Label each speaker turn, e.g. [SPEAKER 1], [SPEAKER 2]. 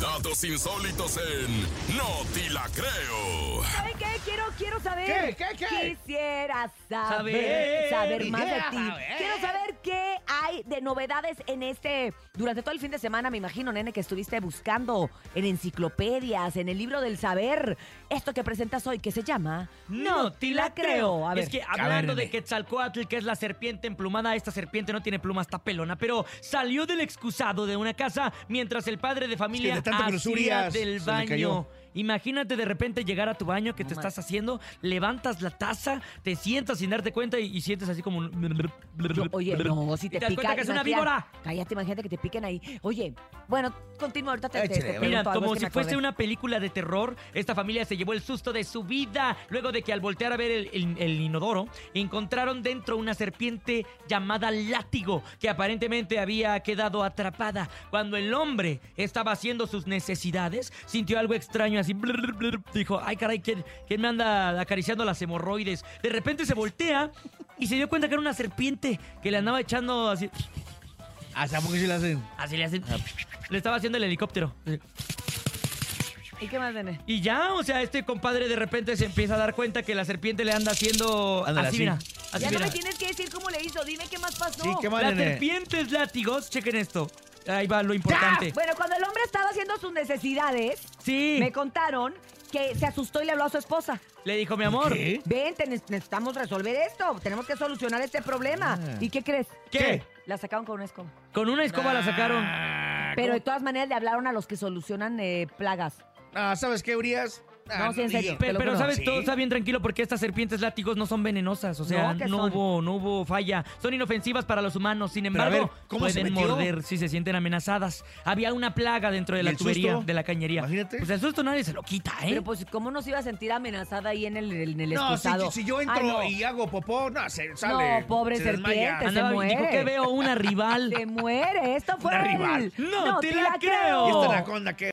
[SPEAKER 1] Datos insólitos en No Ti La Creo.
[SPEAKER 2] ¿Saben qué? Quiero, quiero saber.
[SPEAKER 3] ¿Qué, qué, qué?
[SPEAKER 2] Quisiera saber.
[SPEAKER 3] Saber.
[SPEAKER 2] Saber más de
[SPEAKER 3] Quisiera
[SPEAKER 2] ti.
[SPEAKER 3] saber.
[SPEAKER 2] Quiero saber qué hay de novedades en este. Durante todo el fin de semana, me imagino, nene, que estuviste buscando en enciclopedias, en el libro del saber. Esto que presentas hoy, que se llama.
[SPEAKER 3] No te la creo.
[SPEAKER 2] A ver.
[SPEAKER 4] Es que hablando
[SPEAKER 3] A ver,
[SPEAKER 4] de
[SPEAKER 3] nene.
[SPEAKER 4] Quetzalcoatl, que es la serpiente emplumada, esta serpiente no tiene plumas, está pelona, pero salió del excusado de una casa mientras el padre de familia
[SPEAKER 3] de tantas
[SPEAKER 4] hacía
[SPEAKER 3] groserías,
[SPEAKER 4] del
[SPEAKER 3] se le
[SPEAKER 4] baño.
[SPEAKER 3] cayó.
[SPEAKER 4] Imagínate de repente llegar a tu baño que
[SPEAKER 3] No
[SPEAKER 4] te
[SPEAKER 3] ma-
[SPEAKER 4] estás haciendo, levantas la taza, te sientas sin darte cuenta y, y sientes así como un...
[SPEAKER 2] No, oye, no, si
[SPEAKER 4] Y
[SPEAKER 2] te,
[SPEAKER 4] das
[SPEAKER 2] pica.
[SPEAKER 4] cuenta que es una
[SPEAKER 2] imagina-
[SPEAKER 4] víbora.
[SPEAKER 2] Cállate, imagínate que te piquen ahí. Oye, bueno, continúa, ahorita te, te, te
[SPEAKER 3] Échale, a ver.
[SPEAKER 2] pregunto algo,
[SPEAKER 4] Mira, como
[SPEAKER 2] es que
[SPEAKER 4] si
[SPEAKER 2] me
[SPEAKER 4] fuese
[SPEAKER 2] acordé.
[SPEAKER 4] una película de terror, esta familia se llevó el susto de su vida luego de que al voltear a ver el, el- el inodoro encontraron dentro una serpiente llamada látigo que aparentemente había quedado atrapada. Cuando el hombre estaba haciendo sus necesidades, sintió algo extraño así. blur, blur, dijo, ay caray, ¿quién, quién me anda acariciando las hemorroides? De repente se voltea y se dio cuenta que era una serpiente que le andaba echando así.
[SPEAKER 3] ¿Hasta poco se la hacen?
[SPEAKER 4] Así le
[SPEAKER 2] Ah.
[SPEAKER 4] hacen. Le estaba haciendo el helicóptero.
[SPEAKER 2] ¿Y qué más, nene?
[SPEAKER 4] Y ya, o sea, este compadre de repente se empieza a dar cuenta que la serpiente le anda haciendo
[SPEAKER 3] Ándale,
[SPEAKER 4] así,
[SPEAKER 3] así.
[SPEAKER 4] mira. así,
[SPEAKER 2] ya no
[SPEAKER 4] mira.
[SPEAKER 2] me tienes que decir cómo le hizo. Dime qué más pasó.
[SPEAKER 3] Sí, qué mal,
[SPEAKER 4] Las
[SPEAKER 3] nene.
[SPEAKER 4] serpientes látigos, chequen esto. Ahí va lo importante.
[SPEAKER 2] Bueno, cuando el hombre estaba haciendo sus necesidades,
[SPEAKER 4] Sí,
[SPEAKER 2] me contaron que se asustó y le habló a su esposa.
[SPEAKER 4] le dijo mi amor.
[SPEAKER 3] ¿Qué?
[SPEAKER 2] Ven, te ne- necesitamos resolver esto. Tenemos que solucionar este problema.
[SPEAKER 3] Ah.
[SPEAKER 2] ¿Y qué crees?
[SPEAKER 4] ¿Qué?
[SPEAKER 2] La sacaron con una escoba.
[SPEAKER 4] Con una escoba la sacaron.
[SPEAKER 2] Pero de todas maneras le hablaron a los que solucionan eh, plagas.
[SPEAKER 3] Ah, ¿sabes qué, Urias? Ah,
[SPEAKER 2] No, sí, en
[SPEAKER 3] diga.
[SPEAKER 2] serio.
[SPEAKER 4] Pe-
[SPEAKER 2] te
[SPEAKER 4] Pero,
[SPEAKER 2] lo juro.
[SPEAKER 4] sabes,
[SPEAKER 3] Sí.
[SPEAKER 4] todo está bien tranquilo porque estas serpientes látigos no son venenosas. O sea,
[SPEAKER 2] No,
[SPEAKER 4] no,
[SPEAKER 2] ¿qué son?
[SPEAKER 4] hubo, no hubo falla. Son inofensivas para los humanos. Sin
[SPEAKER 3] Pero a
[SPEAKER 4] embargo,
[SPEAKER 3] ver, ¿cómo se
[SPEAKER 4] pueden
[SPEAKER 3] metió?
[SPEAKER 4] morder si se sienten amenazadas. Había una plaga dentro de
[SPEAKER 3] ¿Y
[SPEAKER 4] la
[SPEAKER 3] el
[SPEAKER 4] tubería,
[SPEAKER 3] susto?
[SPEAKER 4] de la cañería.
[SPEAKER 3] Imagínate.
[SPEAKER 4] Pues el susto nadie se lo quita, ¿eh?
[SPEAKER 2] Pero pues, ¿cómo nos iba a sentir amenazada ahí en el, en el
[SPEAKER 3] No, si,
[SPEAKER 2] excusado?
[SPEAKER 3] si yo
[SPEAKER 2] Ay,
[SPEAKER 3] entro
[SPEAKER 2] no.
[SPEAKER 3] y hago popó, no, se sale.
[SPEAKER 2] No, pobre
[SPEAKER 3] se desmaya.
[SPEAKER 2] serpiente, se
[SPEAKER 4] Andaba- dijo
[SPEAKER 2] muere.
[SPEAKER 4] que veo una rival.
[SPEAKER 2] Se muere. Esto fue
[SPEAKER 3] Una
[SPEAKER 2] el-
[SPEAKER 3] rival.
[SPEAKER 4] No te la creo.
[SPEAKER 3] Y esta anaconda que